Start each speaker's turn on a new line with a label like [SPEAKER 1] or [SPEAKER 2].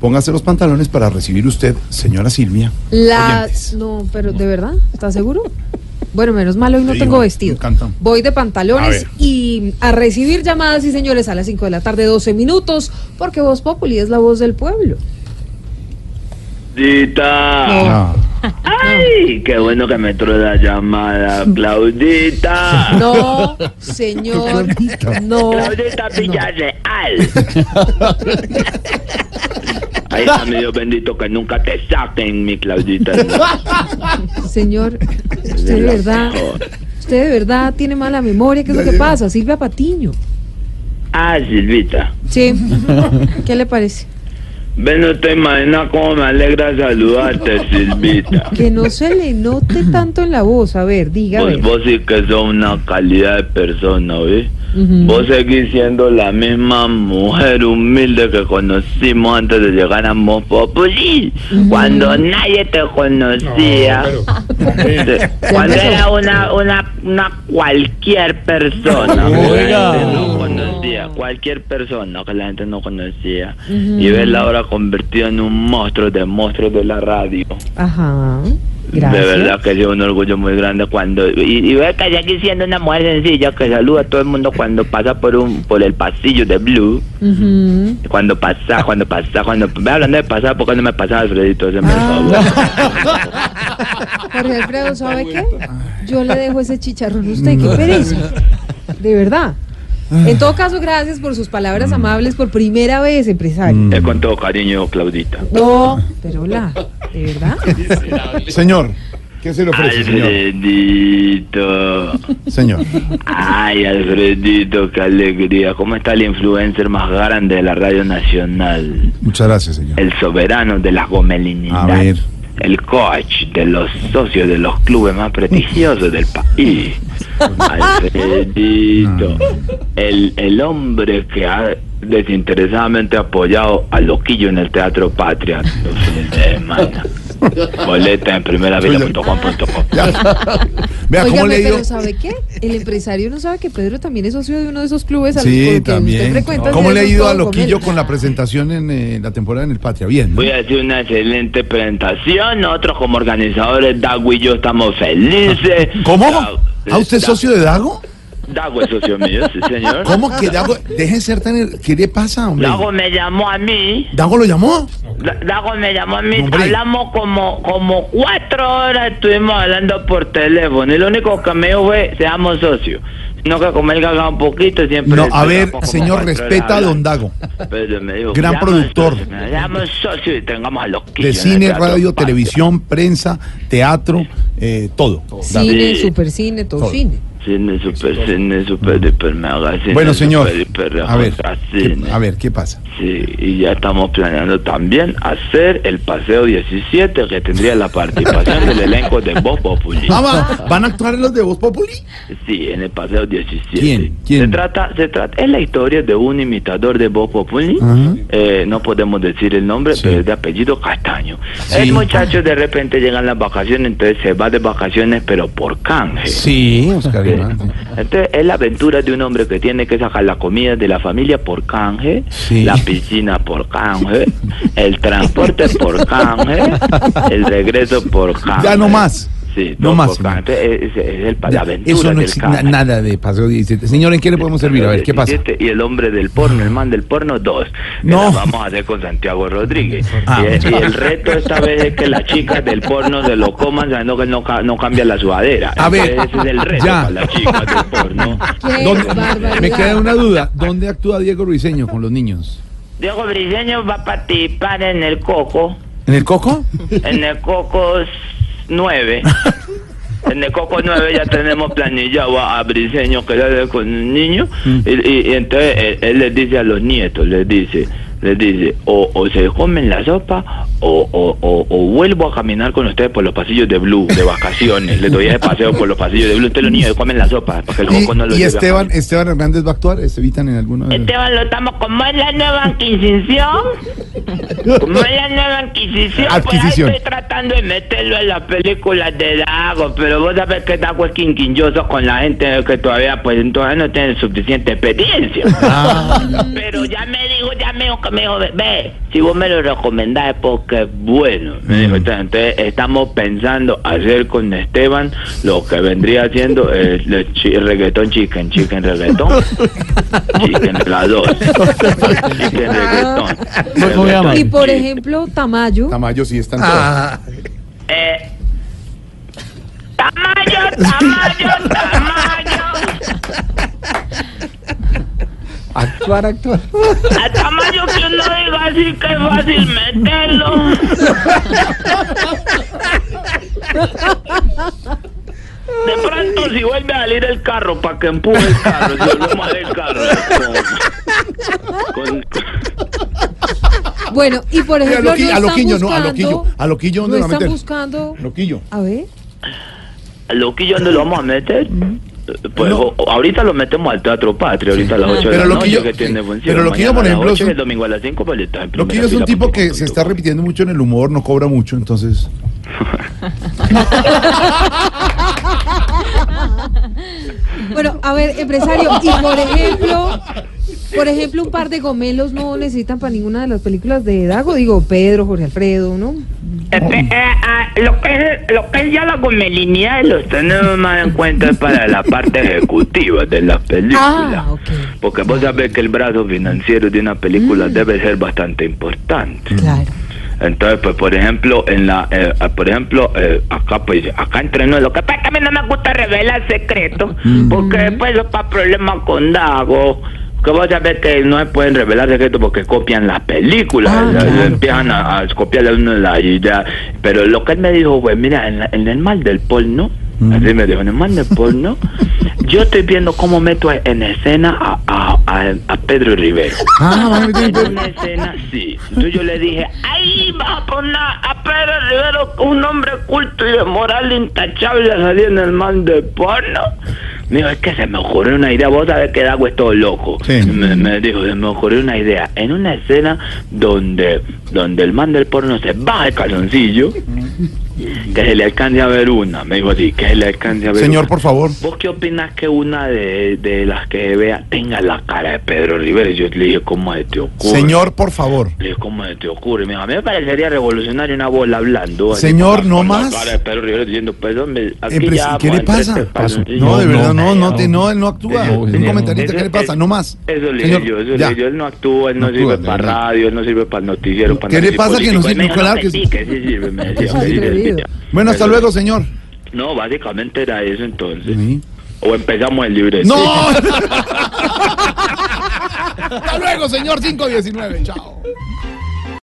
[SPEAKER 1] Póngase los pantalones para recibir usted, señora Silvia.
[SPEAKER 2] La...
[SPEAKER 1] oyentes.
[SPEAKER 2] No, pero ¿de verdad? ¿Estás seguro? Bueno, menos mal, hoy no
[SPEAKER 1] Sí,
[SPEAKER 2] tengo
[SPEAKER 1] no,
[SPEAKER 2] vestido.
[SPEAKER 1] me encanta.
[SPEAKER 2] Voy de
[SPEAKER 1] A
[SPEAKER 2] pantalones
[SPEAKER 1] ver.
[SPEAKER 2] y a recibir llamadas, sí señores, a las 5 de la tarde, 12 minutos, porque Voz Populi es la voz del pueblo.
[SPEAKER 3] Claudita.
[SPEAKER 1] Ah,
[SPEAKER 3] Ay, qué bueno que me entró la llamada, Claudita.
[SPEAKER 1] Ah.
[SPEAKER 2] No, señor, no.
[SPEAKER 3] Claudita Villarreal. Ahí está mi Dios bendito que nunca te saquen, mi Claudita.
[SPEAKER 2] Señor, usted de verdad, usted de verdad tiene mala memoria, ¿qué es lo que pasa? Silvia Patiño.
[SPEAKER 3] Ah, Silvita.
[SPEAKER 2] Sí. ¿Qué le parece?
[SPEAKER 3] Ven, no te imaginas cómo me alegra saludarte, Silvita.
[SPEAKER 2] Que no se le note tanto en la voz. A ver, diga. a
[SPEAKER 3] Pues
[SPEAKER 2] ver.
[SPEAKER 3] vos sí que sos una calidad de persona, ¿ves?
[SPEAKER 2] Ujú.
[SPEAKER 3] Vos seguís siendo la misma mujer humilde que conocimos antes de llegar a Mos Populi, cuando nadie te conocía. Te- cuando
[SPEAKER 2] empezó.
[SPEAKER 3] era una, una, una cualquier persona. que la
[SPEAKER 4] Oiga.
[SPEAKER 3] gente no conocía, cualquier persona que la gente no conocía. Y verla ahora convertida en un monstruo de monstruos de la radio.
[SPEAKER 2] Ajá. Gracias.
[SPEAKER 3] De verdad que es un orgullo muy grande cuando y, y ver que ya aquí siendo una mujer sencilla que saluda a todo el mundo cuando pasa por un por el pasillo de Blue,
[SPEAKER 2] Ujú.
[SPEAKER 3] cuando pasa, cuando pasa, cuando ve hablando de pasar, porque no me pasa Alfredito, se me
[SPEAKER 2] Jorge Alfredo, ¿sabe qué? Yo le dejo ese chicharrón a usted,
[SPEAKER 1] Mm.
[SPEAKER 2] qué pereza. De verdad. En todo caso, gracias por sus palabras
[SPEAKER 1] Mm.
[SPEAKER 2] amables por primera vez, empresario.
[SPEAKER 3] Es con todo cariño, Claudita.
[SPEAKER 2] No, pero hola, ¿de verdad?
[SPEAKER 1] señor, ¿qué se le ofrece,
[SPEAKER 3] eh,
[SPEAKER 1] señor?
[SPEAKER 3] Alfredito.
[SPEAKER 1] Señor.
[SPEAKER 3] Ay, Alfredito, qué alegría. ¿Cómo está el influencer más grande de la radio nacional?
[SPEAKER 1] Muchas gracias, señor.
[SPEAKER 3] el soberano de las gomelinidades.
[SPEAKER 1] A ver.
[SPEAKER 3] El coach de los socios de los clubes más prestigiosos del país. Alfredito. El, el hombre que ha desinteresadamente apoyado a Loquillo en el Teatro Patria. Los fines de semana. Boleta en primeravila.com.co.
[SPEAKER 1] Vea, ¿cómo
[SPEAKER 2] Óigame,
[SPEAKER 1] le dio?
[SPEAKER 2] pero ¿sabe qué? El empresario no sabe que Pedro también es socio de uno de esos clubes al que
[SPEAKER 1] Sí,
[SPEAKER 2] usted
[SPEAKER 1] también.
[SPEAKER 2] frecuenta,
[SPEAKER 1] ¿Cómo
[SPEAKER 2] de
[SPEAKER 1] le ha
[SPEAKER 2] esos
[SPEAKER 1] ido a
[SPEAKER 2] todos
[SPEAKER 1] Loquillo
[SPEAKER 2] comelos?
[SPEAKER 1] con la presentación en eh, la temporada en el Patria? Bien. ¿no?
[SPEAKER 3] Voy a hacer una excelente presentación. Nosotros como organizadores, Dago y yo estamos felices.
[SPEAKER 1] ¿Cómo?
[SPEAKER 3] Dago-
[SPEAKER 1] ¿A usted es socio de Dago?
[SPEAKER 3] Dago es socio mío, sí, señor.
[SPEAKER 1] ¿Cómo que Dago? Deje de ser tan... her- ¿Qué le pasa, hombre?
[SPEAKER 3] Dago me llamó a mí.
[SPEAKER 1] ¿Dago lo llamó?
[SPEAKER 3] Da- Dago me llamó a mí.
[SPEAKER 1] Hombre.
[SPEAKER 3] Hablamos como, como cuatro horas. Estuvimos hablando por teléfono. Y lo único que me dijo fue: seamos socios. No que comer cagado un poquito siempre.
[SPEAKER 1] No, a ver,
[SPEAKER 3] estamos como
[SPEAKER 1] señor,
[SPEAKER 3] cuatro horas
[SPEAKER 1] respeta a don
[SPEAKER 3] hablando.
[SPEAKER 1] Dago.
[SPEAKER 3] Pero me dijo,
[SPEAKER 1] Gran
[SPEAKER 3] "Seamos
[SPEAKER 1] productor.
[SPEAKER 3] socios, Seamos socios y tengamos a los
[SPEAKER 1] De
[SPEAKER 3] quillos en el
[SPEAKER 1] cine,
[SPEAKER 3] Teatro
[SPEAKER 1] radio,
[SPEAKER 3] Patria".
[SPEAKER 1] televisión, prensa, teatro, eh, todo. Dago.
[SPEAKER 2] Cine,
[SPEAKER 3] Sí.
[SPEAKER 2] supercine, todo
[SPEAKER 1] Todo.
[SPEAKER 2] cine.
[SPEAKER 3] Cine, super, cine, super, hiper, mega. Cine,
[SPEAKER 1] Bueno, señor,
[SPEAKER 3] super, hiper,
[SPEAKER 1] a ver,
[SPEAKER 3] ultra,
[SPEAKER 1] ¿qué-
[SPEAKER 3] cine.
[SPEAKER 1] a ver, ¿qué pasa?
[SPEAKER 3] Sí, y ya estamos planeando también hacer el paseo 17 que tendría la participación del elenco de Bob Populi.
[SPEAKER 1] Ah, va- ¿Van a actuar los de Voz Populi?
[SPEAKER 3] Sí, en el paseo 17.
[SPEAKER 1] ¿Quién? ¿Quién?
[SPEAKER 3] Se trata, se trata, es la historia de un imitador de Bob Populi.
[SPEAKER 1] Ajá.
[SPEAKER 3] Eh, no podemos decir el nombre,
[SPEAKER 1] Sí.
[SPEAKER 3] pero es de apellido Castaño.
[SPEAKER 1] Sí.
[SPEAKER 3] El muchacho de repente llega en las vacaciones, entonces se va de vacaciones, pero por canje.
[SPEAKER 1] Sí, Oscar Iván, sí.
[SPEAKER 3] Entonces es la aventura de un hombre que tiene que sacar la comida de la familia por canje,
[SPEAKER 1] Sí.
[SPEAKER 3] la piscina por canje, el transporte por canje, el regreso por canje.
[SPEAKER 1] Ya no más.
[SPEAKER 3] Sí,
[SPEAKER 1] No
[SPEAKER 3] todo
[SPEAKER 1] más,
[SPEAKER 3] por
[SPEAKER 1] señor.
[SPEAKER 3] canje. Entonces, es, es el, pa- la aventura
[SPEAKER 1] Eso no
[SPEAKER 3] del
[SPEAKER 1] existe
[SPEAKER 3] canje.
[SPEAKER 1] na- nada de paseo 17. Señor, ¿en qué le podemos servir? A ver, ¿qué pasa?
[SPEAKER 3] 17, Y el hombre del porno, el man del porno, dos. Que
[SPEAKER 1] No.
[SPEAKER 3] la vamos a hacer con Santiago Rodríguez.
[SPEAKER 1] Ah.
[SPEAKER 3] Y, el, y el reto esta vez es que las chicas del porno se lo coman sabiendo que no, ca- no cambia la sudadera.
[SPEAKER 1] A ver,
[SPEAKER 3] Entonces, ese es el reto
[SPEAKER 1] ya.
[SPEAKER 3] para las chicas del porno.
[SPEAKER 2] Qué
[SPEAKER 1] ¿Dónde-
[SPEAKER 2] barbaridad.
[SPEAKER 1] me queda una duda. ¿Dónde actúa Diego Ruiseño con los niños?
[SPEAKER 3] Diego Briseño va a participar en el Coco,
[SPEAKER 1] ¿En el coco?
[SPEAKER 3] en el Coco 9. En el Coco 9 ya tenemos planillado a, a Briseño que le con un niño
[SPEAKER 1] Mm.
[SPEAKER 3] y, y- y entonces él, él les dice a los nietos, les dice, les dice, o, o se comen la sopa o, o- o- o vuelvo a caminar con ustedes por los pasillos de Blue, de vacaciones, les doy ese paseo por los pasillos de Blue, entonces los niños se comen la sopa para que el Coco no lo
[SPEAKER 1] Y, y
[SPEAKER 3] lleve a
[SPEAKER 1] Esteban, Esteban Hernández va a actuar, Esteban en alguna
[SPEAKER 3] Esteban, lo estamos como es la nueva adquisición. Como es la nueva adquisición, pues
[SPEAKER 1] Adquisición.
[SPEAKER 3] ahí estoy tratando de meterlo en las películas de Dago, pero vos sabés que Dago es quinquilloso con la gente que todavía pues todavía no tiene suficiente experiencia.
[SPEAKER 1] Ah,
[SPEAKER 3] Pero ya me dijo, ya me dijo que me dijo, ve, ve, si vos me lo recomendás es porque es bueno. Me
[SPEAKER 1] Mm.
[SPEAKER 3] dijo, entonces estamos pensando hacer con Esteban lo que vendría haciendo el, el chi- reggaetón chicken, chicken reggaetón, chicken las dos, chicken reggaetón.
[SPEAKER 4] ¿Cómo se llama?
[SPEAKER 2] Y por ejemplo, Tamayo.
[SPEAKER 1] Tamayo sí están
[SPEAKER 4] Ah,
[SPEAKER 3] Eh, tamaño, tamaño, tamaño.
[SPEAKER 4] actuar, actuar.
[SPEAKER 3] A tamaño que uno diga así que es fácil meterlo. De pronto si vuelve a salir el carro para que empuje el carro, si volvemos a ver el carro. Con, con-
[SPEAKER 2] Bueno, y por
[SPEAKER 1] todos. Y a
[SPEAKER 2] ejemplo,
[SPEAKER 1] Loquillo, a
[SPEAKER 2] no están
[SPEAKER 1] Loquillo, no, a
[SPEAKER 2] buscando,
[SPEAKER 1] Loquillo. A Loquillo,
[SPEAKER 2] no
[SPEAKER 1] ¿dónde lo va a
[SPEAKER 2] están
[SPEAKER 1] meter?
[SPEAKER 2] buscando.
[SPEAKER 1] Loquillo.
[SPEAKER 2] A ver.
[SPEAKER 3] ¿Al loquillo dónde lo vamos a meter? Pues
[SPEAKER 1] No.
[SPEAKER 3] o- ahorita lo metemos al Teatro Patria, ahorita a las 8 de
[SPEAKER 1] Pero
[SPEAKER 3] la
[SPEAKER 1] Loquillo-
[SPEAKER 3] noche que tiene
[SPEAKER 1] sí,
[SPEAKER 3] función.
[SPEAKER 1] pero Loquillo,
[SPEAKER 3] Mañana
[SPEAKER 1] por
[SPEAKER 3] a las
[SPEAKER 1] ejemplo,
[SPEAKER 3] ocho
[SPEAKER 1] es
[SPEAKER 3] y
[SPEAKER 1] un-
[SPEAKER 3] el domingo a las 5 pues está en primera
[SPEAKER 1] Loquillo es un
[SPEAKER 3] fila,
[SPEAKER 1] tipo
[SPEAKER 3] porque-
[SPEAKER 1] que se está repitiendo mucho en el humor, no cobra mucho, entonces.
[SPEAKER 2] Bueno, a ver, empresario, y por ejemplo, por ejemplo, un par de gomelos no necesitan para ninguna de las películas de Dago, digo, Pedro, Jorge Alfredo, ¿no?
[SPEAKER 3] Este, eh, ah, lo, que es, lo que es ya la gomelinidad los tenemos más en cuenta es para la parte ejecutiva de las películas.
[SPEAKER 2] Ah, ok.
[SPEAKER 3] Porque vos sabés que el brazo financiero de una película debe ser bastante importante.
[SPEAKER 1] Mm.
[SPEAKER 2] Claro.
[SPEAKER 3] Entonces, pues, por ejemplo, en la, eh, ah, por ejemplo, eh, acá, pues, acá entrenó. Lo que pasa es que a mí no me gusta revelar secretos, porque después eso para problemas con Dago. Que vos sabés que no se pueden revelar secretos porque copian las películas,
[SPEAKER 2] Ah,
[SPEAKER 3] ya, ya
[SPEAKER 2] claro,
[SPEAKER 3] empiezan a, a copiarle a uno la idea. Pero lo que él me dijo, güey, mira, en, la- en el mal del porno, así me dijo, en el mal del porno, yo estoy viendo cómo meto en escena a, a, a- a Pedro Rivero.
[SPEAKER 1] Ah, van a meter en
[SPEAKER 3] En una
[SPEAKER 1] Pedro.
[SPEAKER 3] escena, sí. Entonces yo le dije, ahí vas a poner a Pedro Rivero, un hombre culto y de moral intachable, a salir en el man de porno. Me dijo, es que se me ocurrió una idea, vos sabés que Dago es todo loco.
[SPEAKER 1] Sí.
[SPEAKER 3] Me, me dijo, se me ocurrió una idea. En una escena donde, donde el man del porno se baja el calzoncillo, que se le alcance a ver una. Me dijo así, que se le alcance a ver
[SPEAKER 1] Señor,
[SPEAKER 3] una.
[SPEAKER 1] por favor.
[SPEAKER 3] ¿Vos qué opinas que una de, de las que vea tenga la cara de Pedro Rivera? Y Yo le dije, ¿cómo se te ocurre?
[SPEAKER 1] Señor, por favor.
[SPEAKER 3] Le dije, ¿cómo se te ocurre? Me dijo, a mí me parecería revolucionario una bola hablando. así
[SPEAKER 1] Señor,
[SPEAKER 3] con la-
[SPEAKER 1] no
[SPEAKER 3] con la
[SPEAKER 1] más.
[SPEAKER 3] cara de Pedro Rivera diciendo, perdón, me- aquí
[SPEAKER 1] Empres-
[SPEAKER 3] ya
[SPEAKER 1] ¿Qué le
[SPEAKER 3] vamos a entrar
[SPEAKER 1] pasa?
[SPEAKER 3] este palo.
[SPEAKER 1] No, de
[SPEAKER 4] No,
[SPEAKER 1] verdad, no,
[SPEAKER 4] no,
[SPEAKER 1] no,
[SPEAKER 4] no.
[SPEAKER 1] te- no, él no actúa.
[SPEAKER 4] No,
[SPEAKER 1] Un
[SPEAKER 4] no.
[SPEAKER 1] comentarista,
[SPEAKER 3] Eso-
[SPEAKER 1] ¿qué le pasa?
[SPEAKER 3] eso-
[SPEAKER 1] No más.
[SPEAKER 3] Eso le
[SPEAKER 1] Señor,
[SPEAKER 3] dije yo, eso
[SPEAKER 1] ya.
[SPEAKER 3] le dije yo. Él no actúa, él no,
[SPEAKER 1] No actúa,
[SPEAKER 3] sirve
[SPEAKER 1] de
[SPEAKER 3] para
[SPEAKER 1] verdad.
[SPEAKER 3] radio, él no sirve para el noticiero. Para
[SPEAKER 1] ¿Qué le
[SPEAKER 3] análisis
[SPEAKER 1] pasa que no
[SPEAKER 3] político.
[SPEAKER 1] sirve?
[SPEAKER 3] Él me dijo,
[SPEAKER 1] Claro
[SPEAKER 3] "No,
[SPEAKER 1] que
[SPEAKER 3] sí,
[SPEAKER 1] sí".
[SPEAKER 3] que sí sirve, me decía,
[SPEAKER 2] Eso es
[SPEAKER 3] que sí sirve.
[SPEAKER 2] atrevido.
[SPEAKER 1] Bueno, hasta
[SPEAKER 3] Eso-
[SPEAKER 1] luego, señor.
[SPEAKER 3] No, básicamente era eso entonces.
[SPEAKER 1] Sí.
[SPEAKER 3] O empezamos el libreto.
[SPEAKER 1] ¡No! Hasta luego, señor 519. Chao.